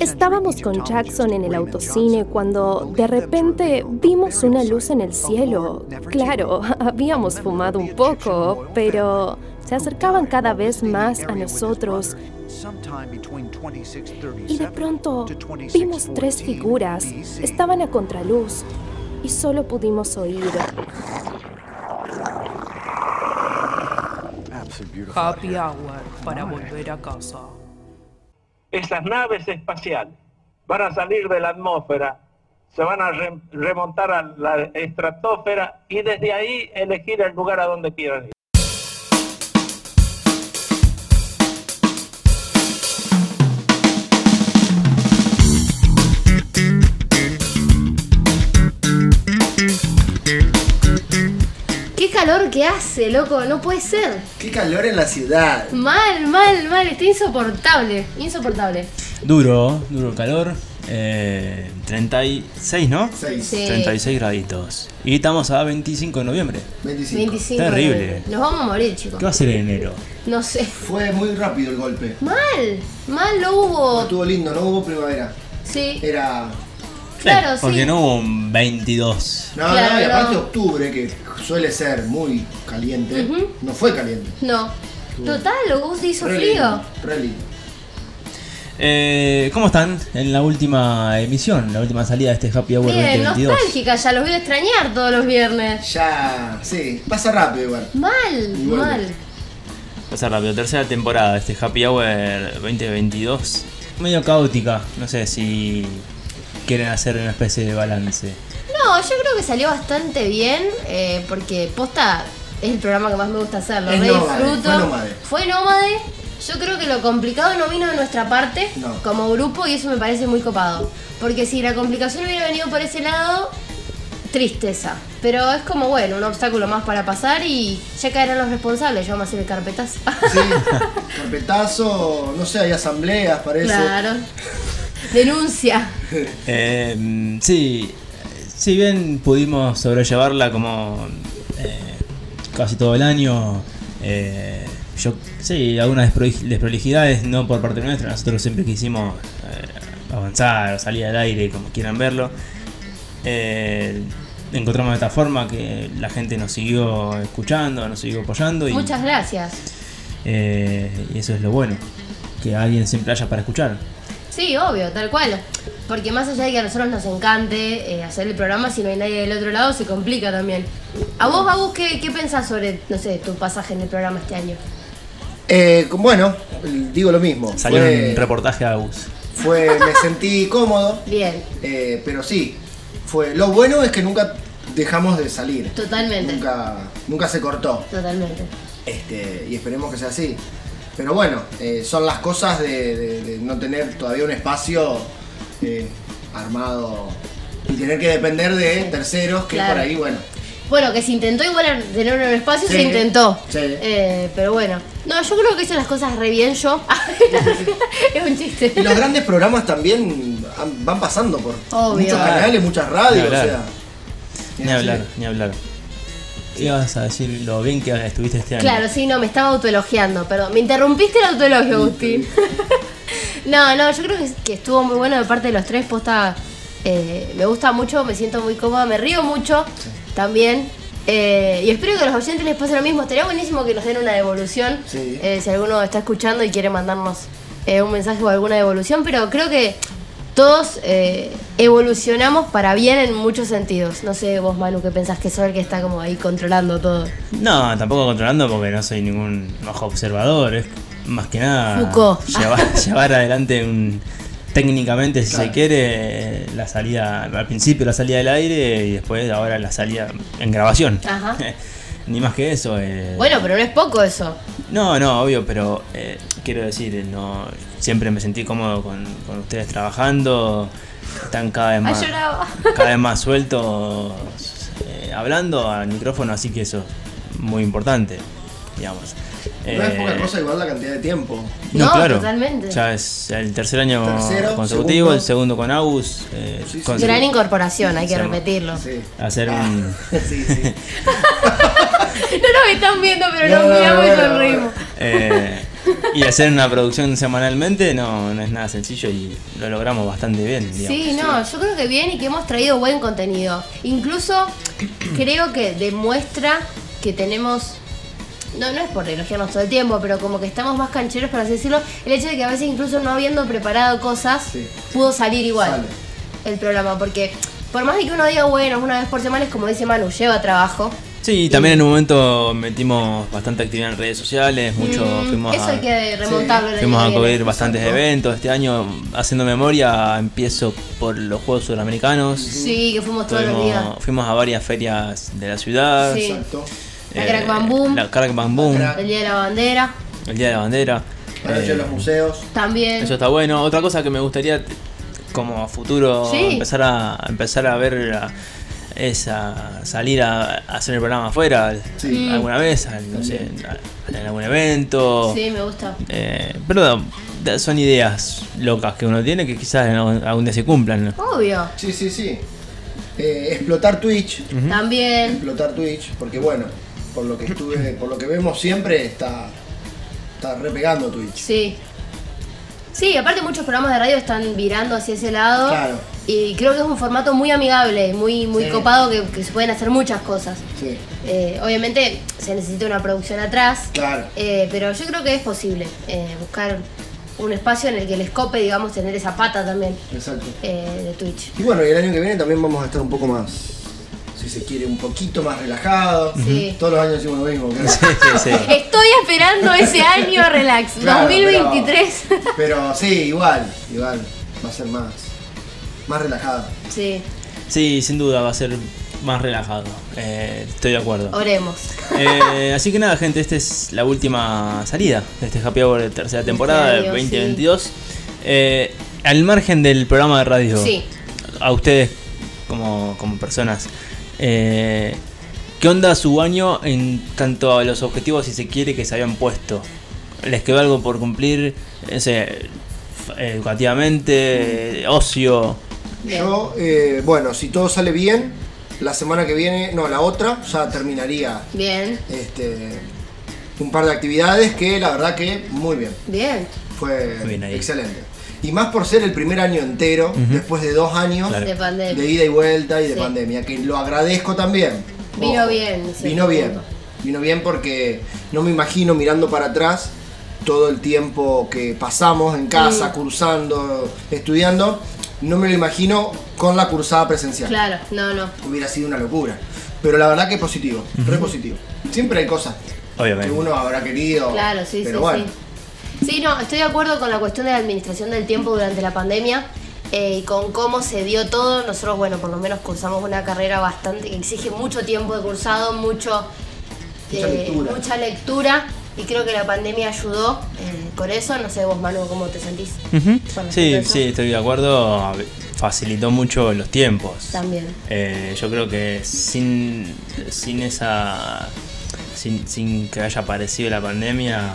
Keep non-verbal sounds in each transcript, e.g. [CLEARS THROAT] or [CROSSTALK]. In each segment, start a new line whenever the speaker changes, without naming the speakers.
Estábamos con Jackson en el autocine cuando de repente vimos una luz en el cielo. Claro, [LAUGHS] habíamos fumado un poco, pero se acercaban cada vez más a nosotros. Y de pronto vimos tres figuras. Estaban a contraluz y solo pudimos oír.
Happy hour para volver a casa.
Esas naves espaciales van a salir de la atmósfera, se van a re- remontar a la estratosfera y desde ahí elegir el lugar a donde quieran ir.
Qué calor que hace, loco, no puede ser.
Qué calor en la ciudad.
Mal, mal, mal, está insoportable, insoportable.
Duro, duro el calor. eh, 36, ¿no?
Seis.
Sí.
36 graditos. Y estamos a 25 de noviembre.
25.
25.
Terrible.
de- Nos vamos a morir, chicos.
¿Qué va a ser en enero?
No sé.
Fue muy rápido el golpe.
Mal, mal lo hubo.
Estuvo lindo, no hubo primavera.
Sí,
Era.
Claro,
Eh, Porque
sí.
no hubo un 22.
No,
Claro,
no, y aparte
no.
octubre, que suele ser muy caliente, no fue caliente.
no. Total, Gus hizo
Re
frío.
lindo, re lindo.
Eh, ¿Cómo están en la última emisión, la última salida de este Happy Hour
Bien,
2022?
nostálgica, ya los voy a extrañar todos los viernes.
Ya, sí, pasa rápido igual.
Mal,
Y bueno.
mal.
Pasar rápido, tercera temporada de este Happy Hour 2022. Medio caótica, no sé si quieren hacer una especie de balance.
No, yo creo que salió bastante bien, eh, porque posta es el programa que más me gusta hacer, lo
Es
re
nómade,
disfruto.
fue nómade.
Fue nómade. Yo creo que lo complicado no vino de nuestra parte
No.
como grupo y eso me parece muy copado. Porque si la complicación hubiera venido por ese lado, tristeza. Pero es como, bueno, un obstáculo más para pasar y ya caerán los responsables, yo vamos a hacer el carpetazo. [LAUGHS]
Sí, carpetazo, no sé, hay asambleas, parece.
claro. Denuncia.
Eh, sí, si bien pudimos sobrellevarla como eh, casi todo el año, eh, yo sí, algunas despro- desprolijidades, no por parte nuestra, nosotros siempre quisimos eh, avanzar o salir al aire, como quieran verlo. Eh, encontramos esta forma que la gente nos siguió escuchando, nos siguió apoyando y,
Muchas gracias.
eh, y eso es lo bueno, que alguien siempre haya para escuchar.
Sí, obvio, tal cual. Porque más allá de que a nosotros nos encante eh, hacer el programa, si no hay nadie del otro lado, se complica también. A vos, Babu, ¿qué, qué pensás sobre, no sé, tu pasaje en el programa este año?
Eh, bueno, digo lo mismo.
Salió
fue,
un reportaje a Agus.
fue- me sentí cómodo,
Bien,
eh, pero sí, fue. Lo bueno es que nunca dejamos de salir.
totalmente.
Nunca, nunca se cortó.
Totalmente.
Este, y esperemos que sea así. Pero bueno, eh, son las cosas de, de- de no tener todavía un espacio eh, armado y tener que depender de terceros que
Claro.
por ahí, bueno.
Bueno, que se intentó igual tener un espacio,
Sí,
se intentó.
sí.
Eh, pero bueno. No, yo creo que hice las cosas re bien yo. [LAUGHS] es un chiste.
Y los grandes programas también han- van pasando por
Obvio.
muchos canales, muchas radios,
Ni
o
hablar.
sea.
Ni hablar, ni hablar. Ibas a decir lo bien que estuviste este año.
Claro, sí, no, me estaba autoelogiando, perdón. Me interrumpiste el autoelogio, Agustín. [LAUGHS] no, no, yo creo que, que estuvo muy bueno de parte de los tres, posta. eh, me gusta mucho, me siento muy cómoda, me río mucho también. eh, y espero que a los oyentes les pase lo mismo. Estaría buenísimo que nos den una devolución.
Sí.
eh, si alguno está escuchando y quiere mandarnos eh, un mensaje o alguna devolución, pero creo que todos eh, evolucionamos para bien en muchos sentidos. No sé vos, Manu, qué pensás que soy el que está como ahí controlando todo.
No, tampoco controlando porque no soy ningún ojo observador. Es más que nada
Foucault. [LAUGHS]
llevar, llevar adelante un, técnicamente, si
Claro.
se quiere, eh, la salida, al principio la salida del aire y después ahora la salida en grabación.
Ajá.
[LAUGHS] Ni más que eso. eh,
Bueno, pero no es poco eso.
No, no, obvio, pero eh, quiero decir, eh, no, siempre me sentí cómodo con, con ustedes trabajando. Están cada vez más,
lloraba.
cada vez más sueltos eh, hablando al micrófono, así que eso es muy importante, digamos.
No es poca
Eh,
cosa igual la cantidad de tiempo.
No, totalmente.
Ya es el tercer año
Tercero,
consecutivo,
segundo.
el segundo con Agus. eh,
Sí, sí.
con-
Gran incorporación, hay que
Sí.
repetirlo.
Sí.
hacer
Ah,
un,
[LAUGHS] sí,
[LAUGHS]
sí.
[LAUGHS] No nos están viendo, pero
No,
nos
no,
miramos y
no, no,
sonrimos.
Eh, Y hacer una producción semanalmente no, no es nada sencillo y lo logramos bastante bien. digamos.
Sí, no, yo creo que bien y que hemos traído buen contenido. Incluso [CLEARS THROAT] creo que demuestra que tenemos. No, no es por elogiarnos todo el tiempo, pero como que estamos más cancheros, por así decirlo. El hecho de que a veces, incluso no habiendo preparado cosas,
Sí.
pudo salir igual
Sale.
el programa. Porque por más de que uno diga, bueno, una vez por semana es como dice Manu, lleva trabajo.
Sí, y también en un momento metimos bastante actividad en redes sociales, mucho
Mm,
fuimos
Eso
a-
hay que remontarlo. el año
Fuimos
que
a
viene.
cubrir bastantes
Exacto.
eventos este año. Haciendo memoria, empiezo por los Juegos Sudamericanos.
Sí, que fuimos todos los días.
Tuvimos- fuimos a varias ferias de la ciudad. eh,
Sí.
Exacto.
La Crack Bam Boom.
La Crack Bam Boom,
La Crack.
El día de la bandera
el Día de la Bandera.
La noche
Eh,
de los museos.
también.
eso está bueno. Otra cosa que me gustaría t- como a futuro
Sí.
empezar a empezar a ver a- es a salir a, a hacer el programa afuera
Sí.
alguna vez, a- no sé, a- en algún evento.
Sí, me gusta.
Eh, pero da- son ideas locas que uno tiene que quizás en algún algún día se cumplan. ¿no? [LAUGHS]
Obvio.
Sí, sí, sí. Eh, explotar Twitch.
También.
Explotar Twitch. Porque bueno, por lo que estuve, por lo que vemos siempre, está. Está repegando Twitch.
Sí. Sí, aparte muchos programas de radio están virando hacia ese lado.
Claro.
Y creo que es un formato muy amigable, muy, muy
Sí.
copado, que, que se pueden hacer muchas cosas.
Sí.
Eh, obviamente se necesita una producción atrás,
Claro.
eh, pero yo creo que es posible eh, buscar un espacio en el que les cope, digamos, tener esa pata también
Exacto.
eh, de Twitch.
Y bueno, y el año que viene también vamos a estar un poco más, si se quiere, un poquito más relajados.
Sí.
Todos los años decimos lo mismo,
[LAUGHS]
creo.
Sí, sí, sí.
Estoy esperando ese año, [LAUGHS] relax,
Claro,
2023.
Pero, pero sí, igual, igual, va a ser más, más relajado.
[LAUGHS] sí,
Sí, sin duda va a ser más relajado. Eh, estoy de acuerdo.
oremos.
Eh, así que nada, gente, esta es la última salida de este Happy Hour de tercera temporada
año,
de
sí.
2022. Eh, al margen del programa de radio,
Sí.
a ustedes como, como personas, eh, ¿qué onda su año en tanto a los objetivos, si se quiere, que se habían puesto? ¿Les quedó algo por cumplir? No sé, f- educativamente,
Mm.
ocio.
Bien.
Yo, eh, bueno, si todo sale bien, la semana que viene, no, la otra, ya terminaría
Bien,
este, un par de actividades que la verdad que muy bien.
bien.
Fue
Muy bien ahí.
excelente. Y más por ser el primer año entero, después de dos años,
Claro.
De pandemia.
de ida y vuelta y de
Sí.
pandemia, que lo agradezco también.
Vino bien, sí,
Vino bien.
punto.
Vino bien porque no me imagino mirando para atrás todo el tiempo que pasamos en casa, cursando, estudiando. No me lo imagino con la cursada presencial.
Claro, no, no.
Hubiera sido una locura. Pero la verdad que es positivo, re positivo. Siempre hay cosas
Obviamente.
que uno habrá querido.
Claro, sí,
pero
sí,
bueno,
sí. Sí, no, estoy de acuerdo con la cuestión de la administración del tiempo durante la pandemia eh, y con cómo se dio todo. Nosotros, bueno, por lo menos cursamos una carrera bastante que exige mucho tiempo de cursado, mucho, eh,
Mucha lectura.
mucha lectura, y creo que la pandemia ayudó eh, con eso. No sé vos, Manu, cómo te sentís.
Ujú.
con respecto a
Sí,
eso.
sí, estoy de acuerdo. Facilitó mucho los tiempos.
También.
Eh, yo creo que sin, sin esa. Sin, sin que haya aparecido la pandemia,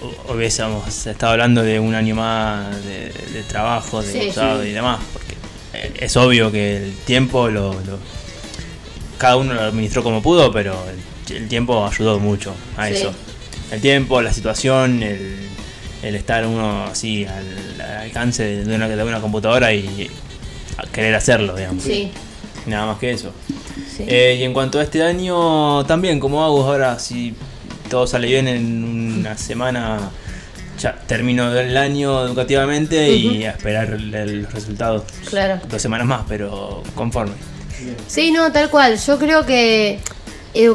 hu- hubiésemos estado hablando de un año más de, de trabajo, de
Sí,
cursado
sí.
y demás. Porque eh, es obvio que el tiempo lo, lo- Cada uno lo administró como pudo, pero el, el tiempo ayudó mucho a
Sí.
eso. El tiempo, la situación, el, el estar uno así al, al alcance de una, de una computadora y a querer hacerlo, digamos.
Sí,
Nada más que eso.
sí.
Eh, y en cuanto a este año, también, como hago ahora, si todo sale bien en una semana, ya termino el año educativamente y a esperar el- el- los resultados.
Claro.
Dos semanas más, pero conforme.
Sí, no, tal cual. Yo creo que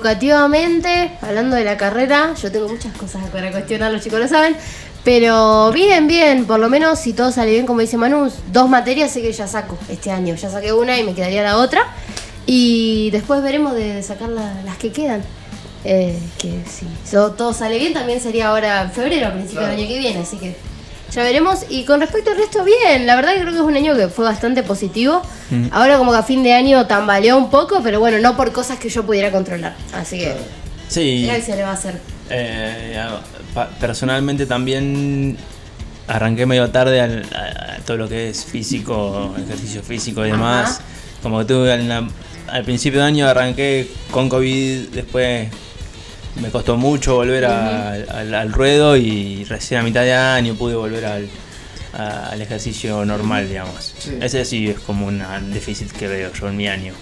educativamente, hablando de la carrera, yo tengo muchas cosas para cuestionar, los chicos lo saben. Pero bien, bien, por lo menos si todo sale bien, como dice Manu, dos materias sé que ya saco este año. Ya saqué una y me quedaría la otra. Y después veremos de sacar la- las que quedan. Eh, que si so- todo sale bien, también sería ahora en febrero, a principio
Claro.
del año que viene. Así que ya veremos. Y con respecto al resto, bien. La verdad que creo que es un año que fue bastante positivo.
Mm.
Ahora como que a fin de año tambaleó un poco, pero bueno, no por cosas que yo pudiera controlar. Así que
Sí.
ya que se le va a hacer.
Eh, a- pa- personalmente también arranqué medio tarde al- a, a todo lo que es físico, ejercicio físico y demás.
Ajá.
Como que tuve en la- al principio de año arranqué con COVID, después me costó mucho volver a- al, al ruedo y recién a mitad de año pude volver al, a- al ejercicio normal, digamos.
Sí.
Ese sí es como un déficit que veo yo en mi año.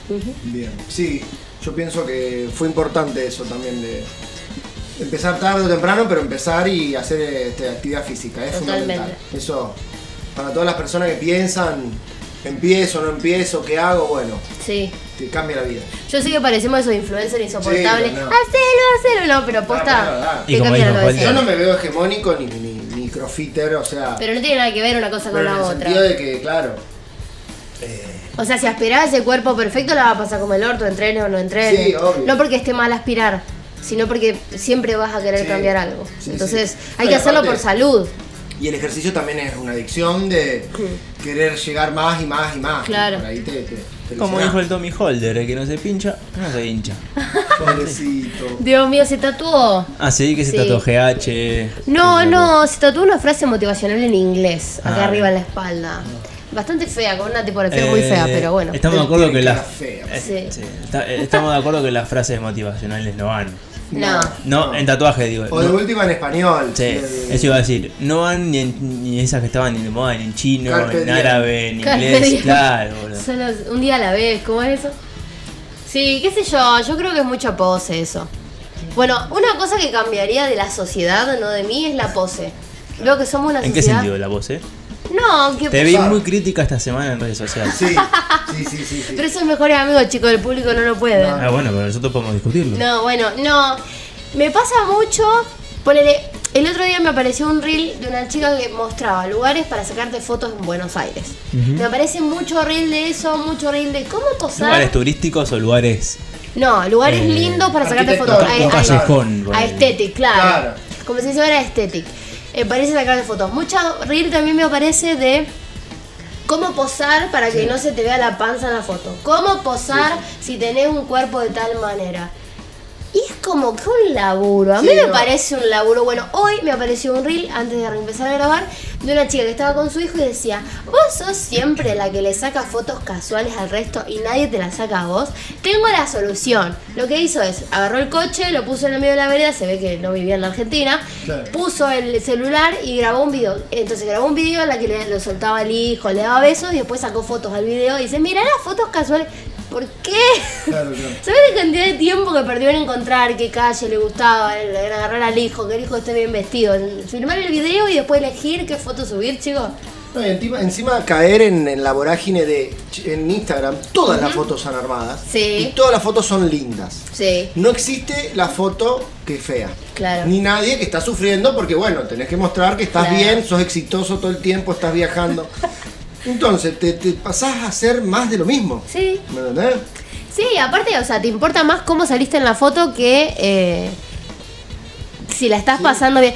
Bien, sí, yo pienso que fue importante eso también de empezar tarde o temprano, pero empezar y hacer este, actividad física, es
Totalmente.
fundamental. Eso, para todas las personas que piensan, empiezo, no empiezo, qué hago, bueno,
Sí.
te cambia la vida.
Yo sé que parecemos esos influencers insoportables.
Sí, Ah,
Hacelo,
no.
hacelo. No, pero
No, no,
posta.
no.
Y
Te
como
cambia
dijo
la
Juan,
cabeza.
Yo no me veo hegemónico ni, ni, ni crossfitter, o sea,
Pero no tiene nada que ver una cosa con
pero en
la
el
otra.
sentido de que, claro,
O sea, si aspirás ese cuerpo perfecto, la va a pasar como el orto, entrene o no entrene.
Sí, obvio.
No porque esté mal aspirar, sino porque siempre vas a querer
Sí.
cambiar algo.
Sí,
Entonces,
sí.
hay
No,
que
y
hacerlo
aparte-
por salud.
Y el ejercicio también es una adicción de querer llegar más y más y más.
Claro.
Por ahí te, te- te
Como
lesionás.
dijo el Tommy Holder, el que no se pincha, no se hincha.
[LAUGHS] Pobrecito.
Dios mío, se tatuó.
Así Ah, que se
Sí.
tatuó GH.
No, no, se tatuó una frase motivacional en inglés, acá
Ah.
arriba en la espalda. Bastante fea, con una tipografía muy
Eh,
fea, pero bueno.
Estamos de acuerdo que
Tiene
las
cara fea.
eh,
Sí.
sí, está- eh, estamos de acuerdo que las frases motivacionales no van.
No.
No,
No.
en tatuaje digo.
O de eh,
no-
última en español.
sí,
El-
eso iba a decir. No van ni, en- ni esas que estaban ni de moda, ni en chino,
Carpe
en
diem.
árabe, en
Carpe
inglés.
diem.
Claro, boludo.
Solo un día a la vez, ¿cómo es eso? Sí, qué sé yo, yo creo que es mucha pose eso. Bueno, una cosa que cambiaría de la sociedad, no de mí, es la pose. Veo que somos una
¿En qué
sociedad.
sentido la voz, eh?
No, que
Te vi
pasar.
muy crítica esta semana en redes sociales.
Sí, sí, sí, sí. sí.
pero esos mejores amigos, chicos, del público no lo pueden.
Ah, bueno, pero nosotros podemos discutirlo.
No, bueno, no. Me pasa mucho. Ponele, el otro día me apareció un reel de una chica que mostraba lugares para sacarte fotos en Buenos Aires. Me aparece mucho reel de eso, mucho reel de cómo posar.
¿Lugares turísticos o lugares
No, lugares
Eh,
lindos para sacarte fotos.
arquitectónicos.
A-
un
a-
callejón?
A
ponele.
Aesthetic, claro.
Claro.
Como se dice ahora, Aesthetic. Eh, parece sacarle fotos. Mucha reel también me aparece de cómo posar para que no se te vea la panza en la foto. Cómo posar si tenés un cuerpo de tal manera. Y es como que un laburo. A mí
Sí,
me
no.
parece un laburo. Bueno, hoy me apareció un reel antes de empezar a grabar de una chica que estaba con su hijo y decía, vos sos siempre la que le saca fotos casuales al resto y nadie te la saca a vos. Tengo la solución. Lo que hizo es, agarró el coche, lo puso en el medio de la vereda, se ve que no vivía en la Argentina,
Claro.
puso el celular y grabó un video. Entonces grabó un video en la que le, lo soltaba el hijo, le daba besos y después sacó fotos al video y dice, mirá las fotos casuales. ¿Por qué?
Claro, claro.
¿Sabes la cantidad de tiempo que perdió en encontrar qué calle le gustaba, en en agarrar al hijo, que el hijo esté bien vestido, en filmar el video y después elegir qué foto subir, chicos?
No, y encima, encima caer en, en la vorágine de en Instagram, todas las fotos son armadas.
Sí.
Y todas las fotos son lindas.
Sí.
No existe la foto que es fea.
Claro.
Ni nadie que está sufriendo porque, bueno, tenés que mostrar que estás
Claro.
bien, sos exitoso todo el tiempo,
[LAUGHS]
estás viajando. Entonces, te, te pasás a hacer más de lo mismo.
Sí.
¿Me entendés?
Sí, aparte, o sea, te importa más cómo saliste en la foto que eh, si la estás pasando bien.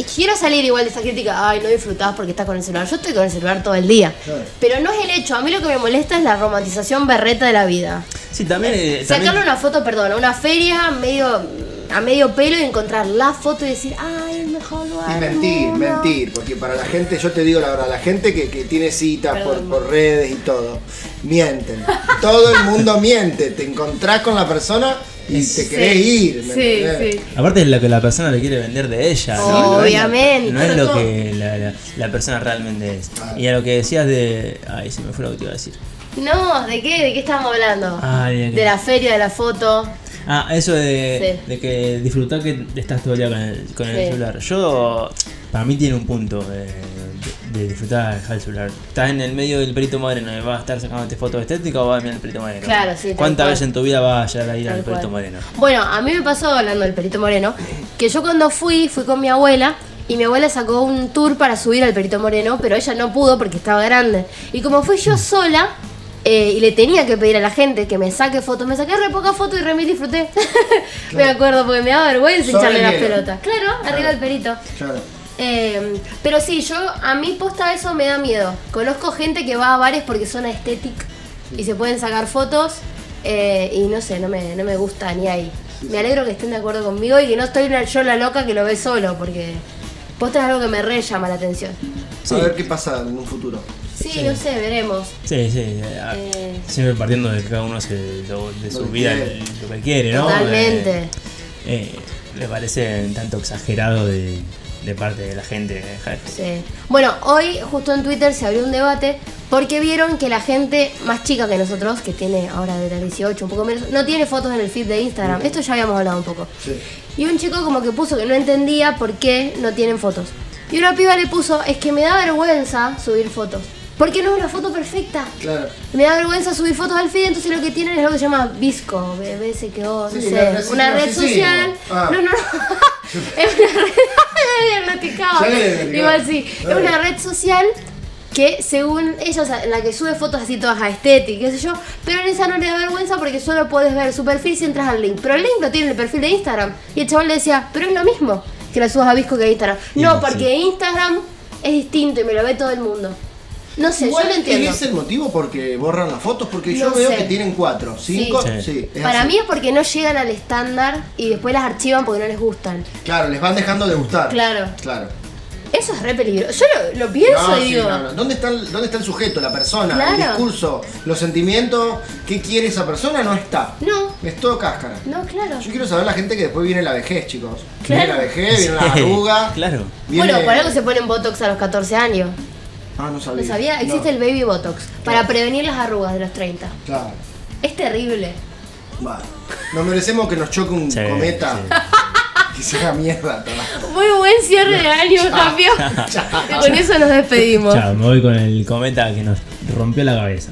Y Quiero salir igual de esa crítica, ay, no disfrutás porque estás con el celular. Yo estoy con el celular todo el día.
Claro.
Pero no es el hecho, a mí lo que me molesta es la romantización berreta de la vida.
Sí, también. eh, también-
Sacarle una foto, perdón, a una feria medio a medio pelo y encontrar la foto y decir, ay, el mejor lugar.
Y
del
mentir,
mundo".
mentir, porque para la gente, yo te digo la verdad, la gente que, que tiene citas por,
Perdón.
por redes y todo, mienten. Todo el mundo miente, te encontrás con la persona y te querés ir. ¿me entendés?
Aparte es lo que la persona le quiere vender de ella. ¿no?
Obviamente.
No es lo que la, la- la persona realmente es.
Claro.
Y a lo que decías de. Ay, se me fue lo que te iba a decir.
No, ¿de qué? ¿De qué estamos hablando?
Ah, de-
de la feria, de la foto.
Ah, eso de,
Sí.
de que disfrutar que estás todo el día con el, con el
Sí.
celular. Yo, para mí tiene un punto de, de- de disfrutar de dejar el celular. Estás en el medio del perito moreno y vas a estar sacándote fotos estéticas o vas a mirar el perito moreno.
Claro, sí, tal
¿Cuántas
cual.
veces en tu vida vas a llegar a ir al
Tal
perito
cual.
moreno?
Bueno, a mí me pasó hablando del Perito Moreno, que yo cuando fui, fui con mi abuela y mi abuela sacó un tour para subir al Perito Moreno, pero ella no pudo porque estaba grande. Y como fui yo sola eh, y le tenía que pedir a la gente que me saque fotos, me saqué re pocas fotos y re mil disfruté. [LAUGHS] me acuerdo porque me daba vergüenza
Sobre
echarle las
hielo.
pelotas. Claro, arriba del Perito.
Claro.
Eh, pero sí, yo a mí posta eso me da miedo. Conozco gente que va a bares porque son aesthetic y se pueden sacar fotos eh, y no sé, no me, no me gusta ni ahí. Me alegro que estén de acuerdo conmigo y que no estoy la- yo la loca que lo ve solo porque posta es algo que me re llama la atención.
Sí.
A ver qué pasa en un futuro.
Sí, no sé, veremos.
Sí, sí. eh, ah,
Eh.
Siempre partiendo de que cada uno hace lo-
Lo
de su
que
vida
quiere.
lo que quiere, ¿no?
Totalmente.
Eh, eh, me parece un tanto exagerado de, de parte de la gente ¿eh? de Hype.
Sí. Bueno, hoy justo en Twitter se abrió un debate porque vieron que la gente más chica que nosotros, que tiene ahora de las 18, un poco menos, no tiene fotos en el feed de Instagram. Esto ya habíamos hablado un poco.
Sí.
Y un chico como que puso que no entendía por qué no tienen fotos. Y una piba le puso, es que me da vergüenza subir fotos. Porque no es una foto perfecta.
Claro.
Me da vergüenza subir fotos al feed, entonces lo que tienen es lo que se llama Visco, BBS que no
Sí,
sé,
narcisismo,
una red
narcisismo.
social.
Ah. [LAUGHS]
No, no, no. es una red. [LAUGHS] Ya lo he diagnosticado.
Ya lo he diagnosticado.
Digo así, es
Dale.
una red social que según ellos, en la que sube fotos así todas estéticas, qué sé yo, pero en esa no le da vergüenza porque solo puedes ver su perfil si entras al link. Pero el link lo tiene en el perfil de Instagram. Y el chaval le decía, pero es lo mismo que la subas a Visco que a Instagram. No,
Sí, sí.
porque Instagram es distinto y me lo ve todo el mundo. No sé,
Igual
yo lo entiendo.
¿Es el motivo porque borran las fotos? Porque yo
No
veo
sé.
que tienen cuatro, cinco. Sí,
Sí.
es
Para
así.
mí es porque no llegan al estándar y después las archivan porque no les gustan.
Claro, les van dejando de gustar.
Claro.
Claro.
Eso es re peligroso. Yo lo, lo pienso
No,
y
sí,
digo.
no, no. ¿Dónde, está el, ¿Dónde está el sujeto, la persona, el
Claro.
discurso, los sentimientos? ¿Qué quiere esa persona? No está.
No.
Es todo cáscara.
No, claro.
Yo quiero saber la gente que después viene la vejez, chicos. Viene
Claro.
la vejez,
[LAUGHS]
viene la arruga.
Claro.
viene-
Bueno, por algo se ponen Botox a los 14 años.
Ah, no sabía.
No sabía, existe el baby Botox para prevenir las arrugas de los 30.
Claro.
Es terrible.
Va. Nos merecemos que nos choque un
Sí,
cometa.
sí.
[LAUGHS] Que se haga mierda. todo.
Muy buen cierre de
[LAUGHS]
año, campeón. Con eso nos despedimos.
Chao, me voy con el cometa que nos rompió la cabeza.